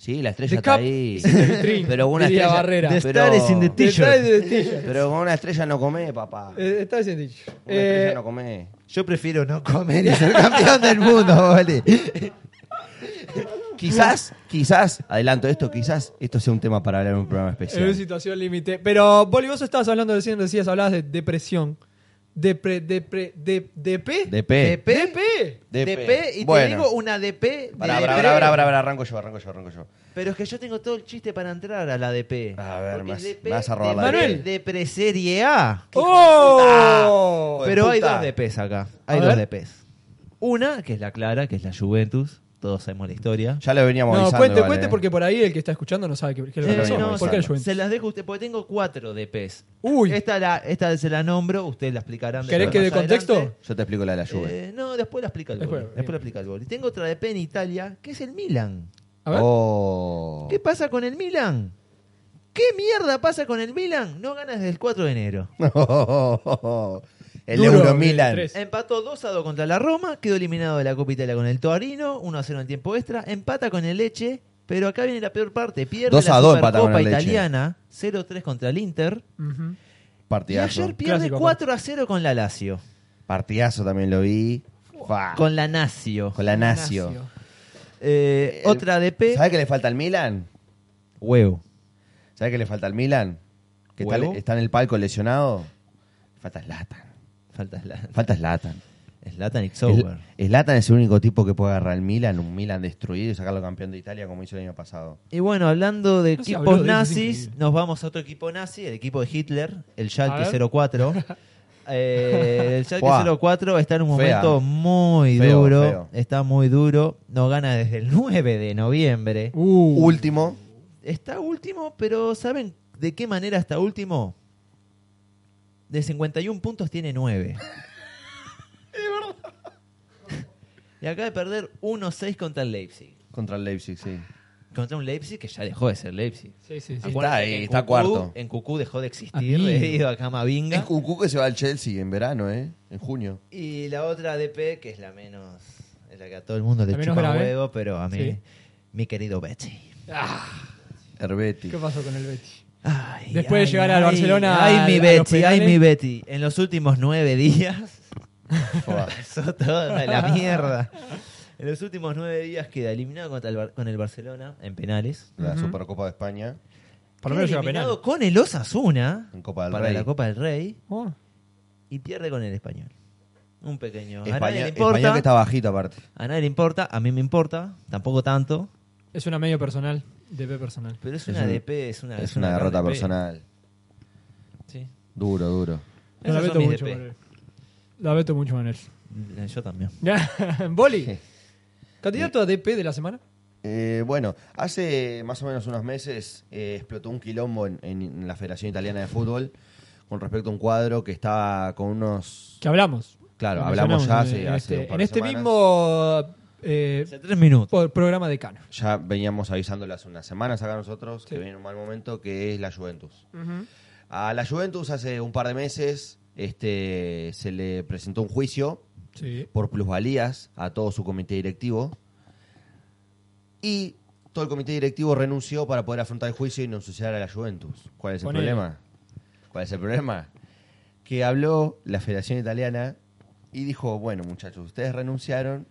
E: Sí, la estrella
C: The
E: está
C: cup
E: ahí.
C: is in the vitrine,
E: pero una
C: diría
E: estrella...
C: Barrera.
D: The
E: Pero,
D: star is in the t- T-shirt.
C: Detrás de estrella.
E: pero con una estrella no come, papá. Una
C: Eh, Está diciendo dicho.
E: estrella
C: Eh,
E: no come.
D: Yo prefiero no comer y ser campeón del mundo, vale.
E: Quizás, quizás, adelanto esto, quizás esto sea un tema para hablar en un programa
C: en una
E: especial.
C: situación límite. Pero, Boli, vos estabas hablando recién, decías, hablabas de depresión. Depre, depre, de, DP.
E: DP.
D: DP.
C: DP.
D: DP, y te
E: Bueno.
D: digo una DP de
E: Pará, pará,
D: DP.
E: pará, pará, pará, arranco yo, arranco yo, arranco yo.
D: Pero es que yo tengo todo el chiste para entrar a la DP.
E: A ver,
D: Porque
E: me vas-
D: DP
E: me vas a robar
D: de-
C: la DP.
D: de preserie A.
C: ¡Oh!
D: Pero hay
E: puta.
D: dos DPs acá. Hay
C: A
D: dos
C: ver.
D: DPs.
F: Una, que es la clara, que es la Juventus. Todos sabemos la historia.
E: Ya lo veníamos
C: No,
E: avisando.
C: cuente,
E: igual,
C: cuente,
E: eh.
C: porque por ahí el que está escuchando no sabe qué, qué es lo
E: Ya
C: que
E: lo
C: pasó.
E: veníamos
C: ¿Por qué el
E: avisando.
C: Juventus?
D: se las dejo a usted, porque tengo cuatro DPs.
C: Uy.
D: Esta, la, esta se la nombro, ustedes la explicarán.
C: ¿Querés
D: después
C: que dé
D: más adelante.
C: contexto?
E: Yo te explico la de la Juve.
D: Eh, no, después la explica el
C: Después,
D: gol.
C: bien.
D: Después la explica el gol. Y tengo otra DP en Italia, que es el Milan.
C: A ver.
E: Oh.
D: ¿Qué pasa con el Milan? ¿Qué mierda pasa con el Milan? No ganas desde el 4 de enero.
E: El
C: Duro,
E: Euro
C: el
E: Milan.
C: tres.
D: Empató 2 a 2 contra la Roma, quedó eliminado de la Copa Italia con el Torino, 1 a 0 en tiempo extra, empata con el Leche, pero acá viene la peor parte, pierde
E: 2 a
D: la
E: 2 empata con
D: Supercopa
E: el Lecce.
D: italiana, 0 3 contra el Inter,
C: Ujú.
D: y
E: Partidazo.
D: ayer pierde
C: Clásico,
D: 4 a 0 con la Lazio,
E: Partidazo también lo vi. Fa. Con,
D: con la Nazio.
E: la Nacio.
D: Eh, otra DP,
E: ¿Sabes qué le falta al Milan?
D: huevo.
E: ¿Sabes qué le falta al Milan? Que está,
D: Huevo.
E: está en el palco lesionado. Falta Slatan.
D: Falta la
E: Falta Slatan.
D: Zlatan it's over.
E: Slatan es el único tipo que puede agarrar al Milan, un Milan destruido y sacarlo campeón de Italia como hizo el año pasado.
D: Y bueno, hablando de
C: No se habló
D: equipos
C: de eso, es
D: nazis,
C: increíble.
D: nos vamos a otro equipo nazi, el equipo de Hitler, el Schalke
C: A ver.
D: 04. Eh, el Schalke
E: Fua.
D: 04 está en un
E: Fea.
D: momento muy
E: Feo,
D: duro,
E: feo.
D: está muy duro, no gana desde el 9 de noviembre.
C: Uh.
E: Último.
D: Está último, pero ¿saben de qué manera está último? De 51 puntos tiene 9. y acaba de perder 1-6 contra el Leipzig.
E: Contra el Leipzig, sí.
D: Contra un Leipzig que ya dejó de ser Leipzig.
C: Sí, sí, sí.
D: Acuérdate
E: ahí,
D: que en
E: está
D: Cucú-
E: cuarto.
D: En Cucú dejó de existir
C: Amigo.
D: debido a
E: Es
D: Camavinga.
E: Cucú que se va al Chelsea en verano, ¿eh? En junio.
D: Y la otra DP, que es la menos. Es la que a todo el mundo le
C: La menos
D: chupa
C: grave.
D: huevo, pero a mí.
C: Sí.
D: Mi querido Betty.
E: Herbeti.
C: ¿Qué pasó con el Betty?
D: Ay,
C: Después de llegar al Barcelona
D: Ay,
C: al-
D: mi
C: a los
D: Betty, ay,
C: penales.
D: mi Betty. En los últimos nueve días.
E: Fua.
D: pasó toda la mierda. En los últimos nueve días queda eliminado contra el Bar- con el Barcelona en penales.
E: La
C: Ujú.
E: Supercopa de España
C: Por lo
D: Queda
C: menos llega a penal.
D: eliminado con el Osasuna.
E: en Copa del
D: para
E: Rey.
D: la Copa del Rey.
C: Oh.
D: y pierde con el español. Un pequeño. a nadie
E: España,
D: le importa.
E: Español que está bajito aparte.
D: A nadie le importa, a mí me importa, tampoco tanto.
C: Es una medio personal, DP personal.
D: Pero es,
E: Es
D: una
E: un-
D: DP, es una.
E: es una derrota
D: DP.
E: personal.
D: Sí.
E: Duro, duro.
C: No la
D: Esos
C: veto
D: son mis
C: mucho,
D: DP.
C: Manuel. La veto mucho, Manuel.
D: Eh, Yo también.
C: Boli. ¿Candidato a DP de la semana?
E: Eh, bueno, hace más o menos unos meses eh, explotó un quilombo en, en la Federación Italiana de Fútbol con respecto a un cuadro que estaba con unos...
C: Que hablamos.
E: Claro,
C: Lo
E: hablamos ya
C: mencionamos
E: hace,
C: en
E: hace
C: este,
E: un par
C: En
E: de
C: este
E: semanas.
C: mismo eh,
D: Hace tres minutos.
C: por- programa de Cano.
E: Ya veníamos avisándole hace unas semanas acá nosotros
C: Sí.
E: que viene un mal momento, que es la Juventus. A la Juventus hace un par de meses este, se le presentó un juicio
C: Sí.
E: por plusvalías a todo su comité directivo y todo el comité directivo renunció para poder afrontar el juicio y no ensuciar a la Juventus. ¿Cuál es el
C: Ponele.
E: problema? ¿Cuál es el problema? Que habló la Federación Italiana y dijo, bueno muchachos, ustedes renunciaron,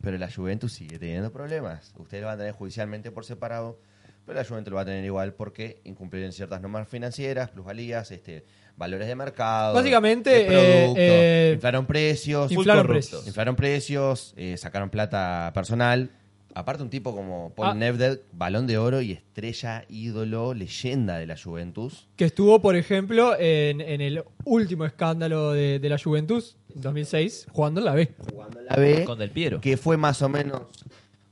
E: pero la Juventus sigue teniendo problemas. Ustedes lo van a tener judicialmente por separado, pero la Juventus lo va a tener igual porque incumplieron ciertas normas financieras, plusvalías, este, valores de mercado.
C: Básicamente,
E: de producto,
C: eh, eh,
E: inflaron precios.
C: full inflaron corruptos. precios.
E: Inflaron precios, eh, sacaron plata personal. Aparte, un tipo como Paul
C: Ah.
E: Nedved, balón de oro y estrella, ídolo, leyenda de la Juventus.
C: Que estuvo, por ejemplo, en, en el último escándalo de, de la Juventus, 2006, jugando en la B.
E: la B,
F: Con Del Piero.
E: que fue más o menos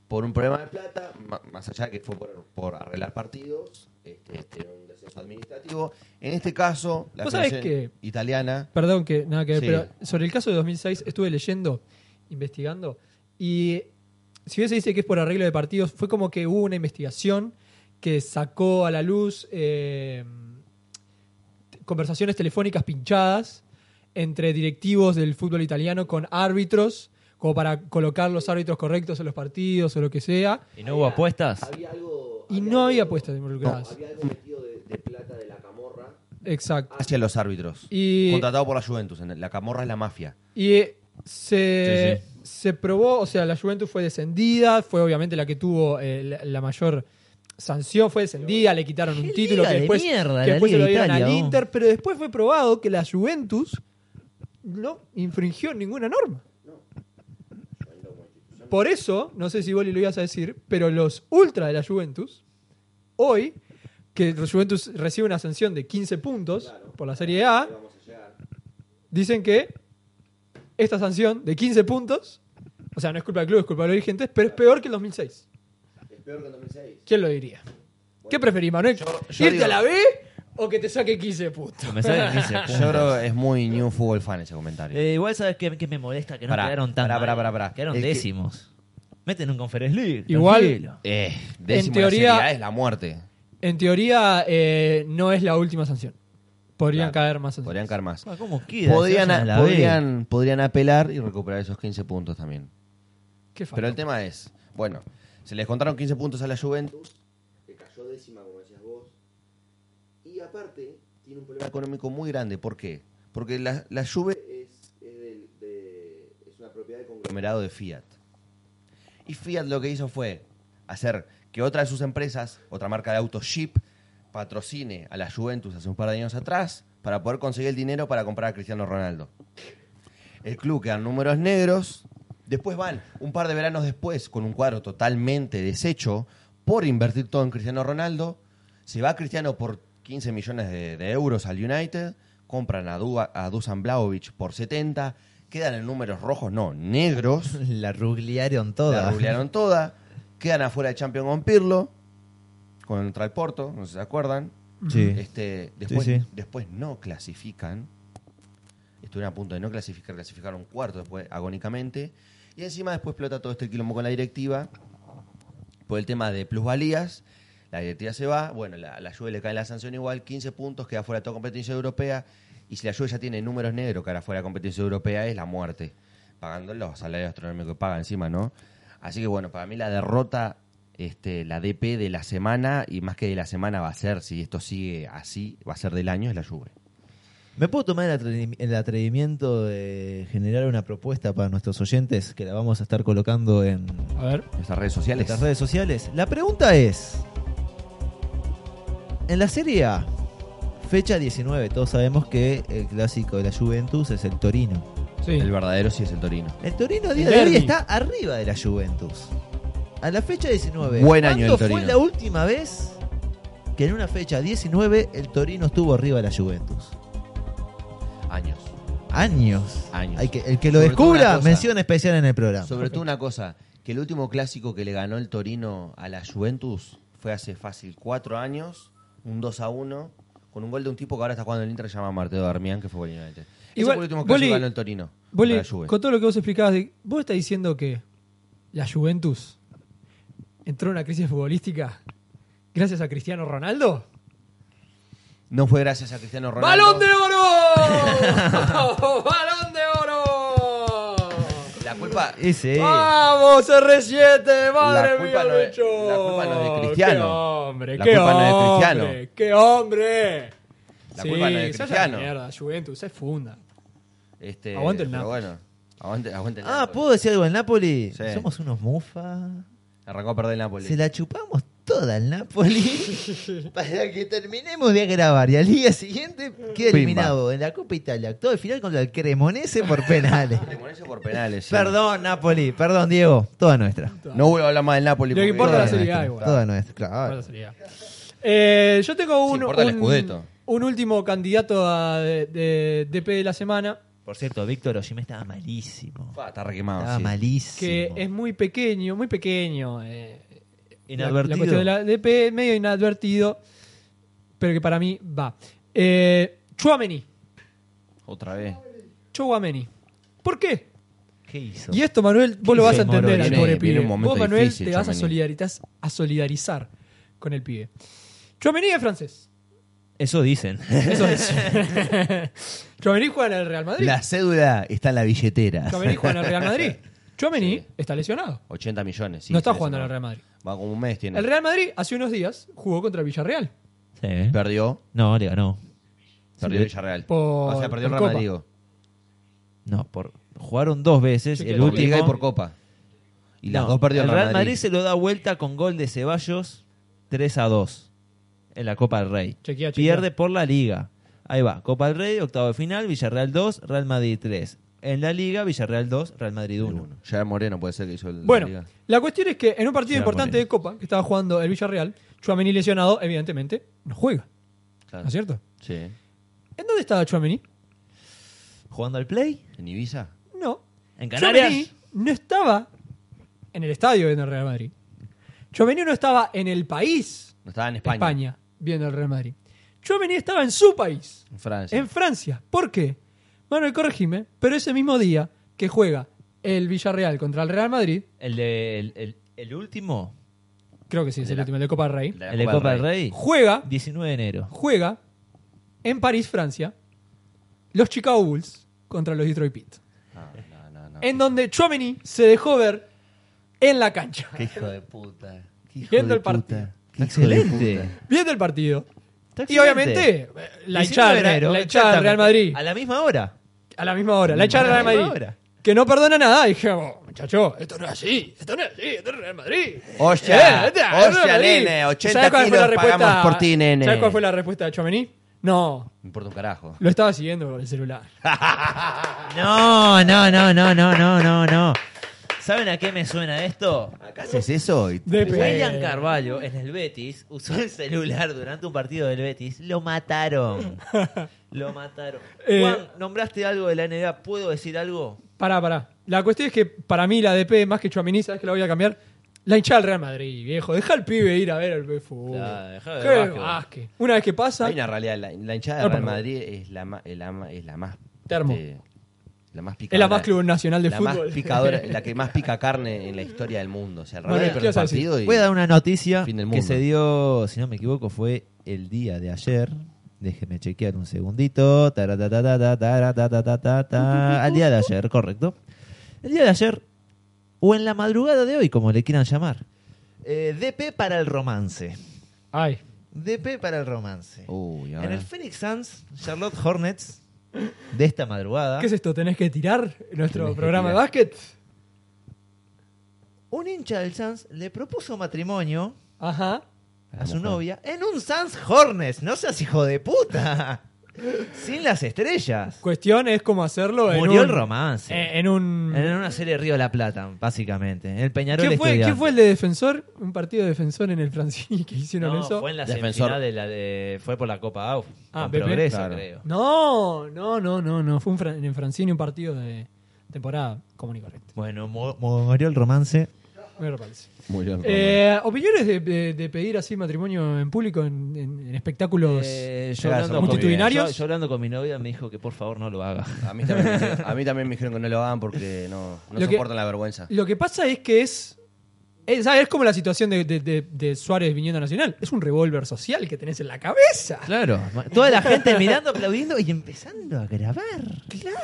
E: por un problema de plata, ma- más allá que fue por, por arreglar partidos, este, este, un descenso administrativo. En este caso, la
C: ¿Vos sabés
E: Federación italiana,
C: Perdón que nada que ver,
E: Sí.
C: pero sobre el caso de 2006 estuve leyendo, investigando, y si bien se dice que es por arreglo de partidos, fue como que hubo una investigación que sacó a la luz eh, t- conversaciones telefónicas pinchadas entre directivos del fútbol italiano con árbitros, como para colocar los árbitros correctos en los partidos o lo que sea,
F: ¿Y no hubo apuestas?
C: y no había apuestas involucradas.
E: de plata de la camorra
C: Exacto.
E: hacia los árbitros,
C: Y-
E: contratado por la Juventus. En La camorra es la mafia.
C: Y eh, se, se probó, o sea, la Juventus fue descendida, fue obviamente la que tuvo eh, la, la mayor sanción, fue descendida, le quitaron un título
F: liga
C: que
F: de
C: después,
F: mierda,
C: que
F: la
C: después
F: Liga
C: se lo
F: de
C: dieron al
F: Italia, vos.
C: Inter, pero después fue probado que la Juventus no infringió ninguna norma. Por eso, no sé si Boli lo ibas a decir, pero los ultra de la Juventus, hoy, que la Juventus recibe una sanción de 15 puntos por la Serie A, dicen que esta sanción de 15 puntos, o sea, no es culpa del club, es culpa de los dirigentes, pero es peor que el 2006.
E: Es peor que el 2006.
C: ¿Quién lo diría? ¿Qué preferís, Manuel?
E: yo
C: ¿Irte
E: digo-
C: a la B o que te saque 15 puntos?
F: Me salen 15
C: Ah,
E: Yo
F: puntos.
E: creo que es muy New Football Fan ese comentario.
F: Eh, igual sabes que, que me molesta que no
E: Pará,
F: quedaron tan
E: pará,
F: mal.
E: pará, pará, pará.
F: Quedaron
E: Es que-
F: décimos. Meten un Conference League.
C: Igual-
F: tranquilo.
E: Eh, décimo
C: En
E: en
C: teoría-
E: es la muerte.
C: En teoría, eh, no es la última sanción. Podrían
E: Claro.
C: caer más sanciones.
E: Podrían caer más.
F: Ah, ¿Cómo queda? Se vayan a
E: Podrían,
F: la B.
E: podrían, podrían apelar y recuperar esos 15 puntos también.
C: Qué falta.
E: Pero el tema es, bueno, se les contaron 15 puntos a la Juventus. Que cayó décima, como decías vos. Y aparte, tiene un problema económico muy grande. ¿Por qué? Porque la, la Juve es, es del- de- es una propiedad de conglomerado de Fiat. Y Fiat lo que hizo fue hacer que otra de sus empresas, otra marca de autos Jeep, patrocine a la Juventus hace un par de años atrás para poder conseguir el dinero para comprar a Cristiano Ronaldo. El club quedan números negros. Después van, un par de veranos después, con un cuadro totalmente deshecho por invertir todo en Cristiano Ronaldo. Se va Cristiano por 15 millones de, de euros al United. Compran a, Du- a Dusan Blaovic por 70. Quedan en números rojos, no, negros.
D: La rugliaron toda.
E: La rublearon toda. Quedan afuera de Champions con Pirlo. Contra el Porto, no sé si se acuerdan.
D: Sí.
E: Este, después,
D: sí.
E: después no clasifican. Estuvieron a punto de no clasificar, clasificaron cuarto después, agónicamente. Y encima después explota todo este quilombo con la directiva. Por el tema de plusvalías. La directiva se va. Bueno, la, la Juve le cae la sanción igual, 15 puntos, queda fuera de toda competencia europea. Y si la Juve ya tiene números negros, que ahora fuera de competencia europea, es la muerte. Pagando los salarios astronómicos que paga encima, ¿no? Así que bueno, para mí la derrota, este, la DP de la semana, y más que de la semana va a ser, si esto sigue así, va a ser del año, es la Juve.
D: ¿Me puedo tomar el, atrevi- el atrevimiento de generar una propuesta para nuestros oyentes que la vamos a estar colocando en
C: A ver.
E: Nuestras redes sociales.
D: nuestras redes sociales? La pregunta es, en la Serie A, fecha 19, todos sabemos que el clásico de la Juventus es el Torino.
C: Sí.
E: El verdadero sí es el Torino.
D: El Torino a día
C: El
D: de hoy
C: derbi.
D: está arriba de la Juventus. A la fecha 19.
E: Buen año
D: ¿cuándo
E: el
D: fue
E: Torino.
D: la última vez que en una fecha 19 el Torino estuvo arriba de la Juventus?
E: Años.
D: Años.
E: Años.
D: Hay que, el que lo
E: Sobre todo una
D: descubra,
E: cosa.
D: mención especial en el programa.
E: Sobre todo una cosa, que el último clásico que le ganó el Torino a la Juventus fue hace fácil cuatro años, un 2 a 1, con un gol de un tipo que ahora está jugando en el Inter, se llama Marteo Darmian, que fue Bolívar. Ese
C: Igual,
E: fue el último
C: Boli-
E: clásico que ganó el Torino.
C: Boli,
E: a la Juve.
C: con todo lo que vos explicabas, de- vos estás diciendo que la Juventus entró en una crisis futbolística gracias a Cristiano Ronaldo.
E: No fue gracias a Cristiano Ronaldo.
C: ¡Balón de oro! ¡Balón de oro!
E: La culpa,
D: Ese es.
C: ¡Vamos, R7! ¡Madre
E: La
C: mía,
E: culpa no es-
C: bicho!
E: la culpa no es de Cristiano.
C: ¡Qué hombre!
E: La
C: ¡Qué
E: culpa no es de
C: hombre!
E: Cristiano.
C: ¡Qué hombre!
E: La culpa no es de
C: se haya
E: Cristiano.
C: la Mierda, Juventus, se funda.
E: este,
C: Aguante el
E: pero
C: Napoli.
E: bueno, Aguante, aguante el
D: Ah,
E: Napoli.
D: ¿puedo decir algo al Napoli?
E: Sí.
D: Somos unos mufas.
E: Arrancó a perder el Napoli.
D: Se la chupamos toda al Napoli para que terminemos de grabar. Y al día siguiente queda
E: Pimba.
D: eliminado en la Copa Italia. Actuó el final contra el Cremonese por penales.
E: Cremonese por penales. sí.
D: perdón, Napoli. Perdón, Diego. Toda nuestra.
E: No vuelvo a hablar más del
C: Lo
E: Napoli.
C: que
E: porque-
C: importa la
D: Toda
C: Serie A
D: nuestra,
C: igual.
D: Toda nuestra, claro.
C: Bueno, sería. Eh, yo tengo
E: Ah. Sí,
C: un,
E: importa el
C: un-
E: Scudetto.
C: un último candidato a de, de- DP de la semana
F: Por cierto, Víctor Osimhen estaba malísimo.
E: Pa, Ah, Está requemado.
D: Estaba
E: sí.
C: que
D: malísimo.
C: es muy pequeño, muy pequeño. eh, la- La,
F: Inadvertido.
C: cuestión de la DP, medio inadvertido, pero que para mí va. Eh, Chuameni.
E: Otra vez.
C: Chuameni. ¿Por qué?
F: ¿Qué hizo?
C: Y esto, Manuel, vos lo vas a
F: hizo Moro?
C: entender al
E: Viene-
C: pobre
E: viene
C: pibe.
E: un momento
C: vos, Manuel,
E: difícil,
C: te vas a
E: Tchouaméni.
C: solidarizar, a solidarizar con el pibe. Chuameni es francés.
F: Eso dicen.
C: Eso es. Chuameni juega en el Real Madrid.
D: La cédula está en la billetera.
C: Chouameni juega en el Real Madrid. Chouameni está lesionado.
E: 80 millones. sí,
C: no está
E: sí,
C: jugando en
E: eso
C: el Real
E: no.
C: Madrid.
E: Va como un mes tiene.
C: El Real Madrid hace unos días jugó contra Villarreal.
F: Sí. ¿eh?
E: Perdió.
F: No, le ganó.
E: Perdió
F: Sí.
E: Villarreal.
C: Por-
E: o sea, perdió el
C: por
E: Real
C: Copa.
E: Madrid. digo.
F: No, por, jugaron dos veces.
C: Sí,
F: el
C: claro.
E: Por
F: último.
E: Liga y por Copa. Y las
F: No,
E: dos perdió
F: el Real Madrid.
E: Madrid.
F: se lo da vuelta con gol de Ceballos 3 a 2 en la Copa del Rey.
C: Chequea, chequea.
F: Pierde por la Liga. Ahí va, Copa del Rey, octavo de final, Villarreal 2, Real Madrid 3. En la Liga, Villarreal 2, Real Madrid 1.
E: Ya Moreno puede ser que hizo el.
C: Bueno,
E: la Liga.
C: la cuestión es que en un partido
F: Claro,
C: importante
F: Moreno.
C: de Copa que estaba jugando el Villarreal, Chuameni lesionado, evidentemente, no juega.
E: Claro.
C: ¿No es cierto?
E: Sí.
C: ¿En dónde estaba Chuameni?
F: ¿Jugando al play?
E: ¿En Ibiza?
C: No.
F: ¿En
C: Chouameni
F: Canarias?
C: no estaba en el estadio viendo el Real Madrid. Chuameni no estaba en el país
E: No estaba en España.
C: España, viendo el Real Madrid. Chuameni estaba en su país.
E: En Francia.
C: En Francia. ¿Por qué? Manuel, corregime, pero ese mismo día que juega el Villarreal contra el Real Madrid,
F: El, de, el, el- el último,
C: creo que sí, es el
E: La-
C: último, el de Copa del Rey,
E: La
F: el de Copa del Rey,
C: juega,
F: 19 de enero.
C: juega en París, Francia, los Chicago Bulls contra los Detroit Pit.
E: No, no, no, no.
C: En donde Chouameni se dejó ver en la cancha.
D: Qué hijo de puta. Qué hijo
C: Viendo
D: de
C: el partido.
D: puta. Qué hijo de
F: Excelente.
D: puta.
C: Viendo el partido.
F: Está
C: Y
F: excelente.
C: obviamente, eh, la
F: 19
C: hinchada,
F: de
C: del Real-
F: enero,
C: la hinchada del Real Madrid.
F: A la misma hora.
C: A la misma hora. La hinchada del Real
F: A la misma
C: Madrid.
F: hora.
C: Que no perdona nada. Dijimos, muchacho, esto no es así. Esto no es así. Esto es Real Madrid. Eh,
E: Hostia,
C: esto es Real
E: hostia,
C: Madrid.
E: nene, 80
C: ¿Sabes cuál fue la
E: kilos
C: respuesta?
E: pagamos por ti, nene.
C: ¿Sabes cuál fue la respuesta de Chomení? No,
E: Me importa un carajo.
C: lo estaba siguiendo por el celular.
F: No, no, no, no, no, no, no, no. ¿Saben a qué me suena esto?
D: ¿Qué haces eso? Y-
C: De
F: William Carvalho en el Betis usó el celular durante un partido del Betis. Lo mataron. Lo mataron.
C: Eh,
F: Juan, nombraste algo de la NBA. ¿Puedo decir algo?
C: Pará, pará. La cuestión es que para mí la DP, más que Chomení, ¿sabes que la voy a cambiar? La hinchada del Real Madrid, viejo. Deja al pibe ir a ver el fútbol.
F: Claro, deja de ver
C: Qué
F: básquetbol.
C: básquet. Una vez que pasa,
E: Hay una realidad. La, la hinchada
C: No,
E: de Real
C: perdón.
E: Madrid es la, ma- es la, ma- es la más.
C: Termo.
E: este, la más picadora.
C: es la más club nacional de
E: la
C: fútbol.
E: más picadora, la que más pica carne en la historia del mundo. O sea, el Real
C: Bueno,
E: Madrid
C: ¿qué
E: perdió el
C: vas a decir?
E: partido y.
D: Voy a dar una noticia
E: Fin del
D: que
E: mundo.
D: se dio, si no me equivoco, fue el día de ayer. Déjenme chequear un segundito. Taratatatata, taratatatata. Al día de ayer, correcto. El día de ayer, o en la madrugada de hoy, como le quieran llamar. Eh, DP para el romance.
C: Ay.
D: DP para el romance.
E: Uy,
D: en
E: ahora.
D: el Phoenix Suns, Charlotte Hornets, de esta madrugada,
C: ¿Qué es esto? ¿Tenés que tirar nuestro
E: Tenés que
C: programa de
E: tirar.
C: básquet?
D: un hincha del Suns le propuso matrimonio
C: Ajá.
D: a su novia en un Sans Hornets. No seas hijo de puta. Sin las estrellas.
C: Cuestión es cómo hacerlo en
D: Murió
C: un,
D: el romance.
C: eh, En un...
D: En una serie de Río de la Plata, básicamente. En el Peñarol
C: ¿Qué, fue,
D: Estudiantes.
C: qué fue el de defensor? Un partido de defensor en el Francini que hicieron
F: No,
C: eso.
F: fue en la
E: Defensor.
F: semifinal de la de- Fue por la Copa AUF.
C: Ah,
F: con
C: BP.
F: Progreso,
E: Claro.
F: creo.
C: No, no, no, no, no. Fue un Fran- en Francini un partido de temporada común y corriente.
D: Bueno, mu- mu- murió el romance.
C: Me lo parece.
E: Muy bien, Román.
C: Eh, ¿Opiniones de, de- de pedir así matrimonio en público en, en- en espectáculos?
F: Eh, yo,
E: Gracias,
F: hablando con,
C: multitudinarios.
F: yo- yo hablando con mi novia me dijo que por favor no lo haga.
E: a, mí también me dijeron, a mí también me dijeron que no lo hagan porque no, no
C: Lo que-
E: soportan la vergüenza.
C: Lo que pasa es que es. Es, ¿sabes? Es como la situación de, de- de- de Suárez viniendo a Nacional. Es un revólver social que tenés en la cabeza.
D: Claro. Toda la gente mirando, aplaudiendo y empezando a grabar.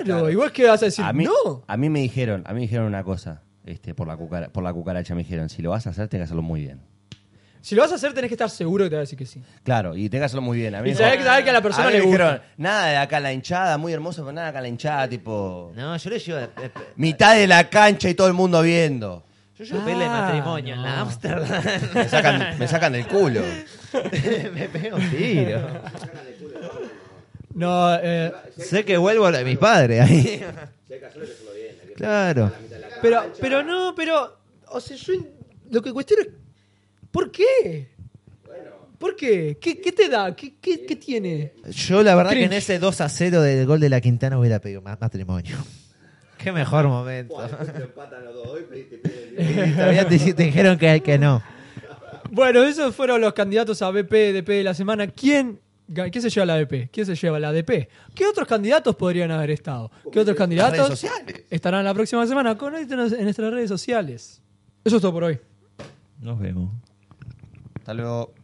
C: Claro. ¿Y vos qué vas a decir?
E: a mí,
C: no.
E: a mí me dijeron, a mí me dijeron una cosa, este, por la cucara- por la cucaracha me dijeron, si lo vas a hacer, tenés que hacerlo muy bien.
C: Si lo vas a hacer, tenés que estar seguro que te va a decir que sí.
E: Claro, y tenés que hacerlo muy bien. A mí
C: Y
E: me
C: sabés
E: dijo-
C: que- sabés que a la persona
E: mí
C: le
E: me
C: gusta.
E: dijeron, nada de acá la hinchada, muy hermoso, pero nada acá la hinchada, tipo.
D: No, yo le llevo. eh, pe-
E: Mitad de la cancha y todo el mundo viendo. Ah.
D: Yo llevo pele de
C: Ah,
D: matrimonio en la
C: no.
D: Amsterdam.
E: Me sacan, me sacan del culo.
D: me pego un tiro.
C: No, eh,
D: sé que vuelvo a lo de mis padres ahí. claro.
C: pero, pero no, pero. O sea, yo en- lo que cuestiono es. ¿Por qué? ¿Por qué? ¿Qué, qué te da? ¿Qué, qué, qué tiene?
D: Yo la verdad que en
C: Cringe.
D: ese 2 a 0 del gol de la Quintana hubiera pedido más matrimonio. Qué mejor momento. Y todavía te, te dijeron que, que no.
C: Bueno, esos fueron los candidatos a BP, DP de la semana. ¿Quién, ga- ¿Quién se lleva la BP? ¿Quién se lleva la DP? ¿Qué otros candidatos podrían haber estado? ¿Qué otros candidatos estarán la próxima semana? Conéctenos en nuestras redes sociales. Eso es todo por hoy.
D: Nos vemos.
E: Hasta luego.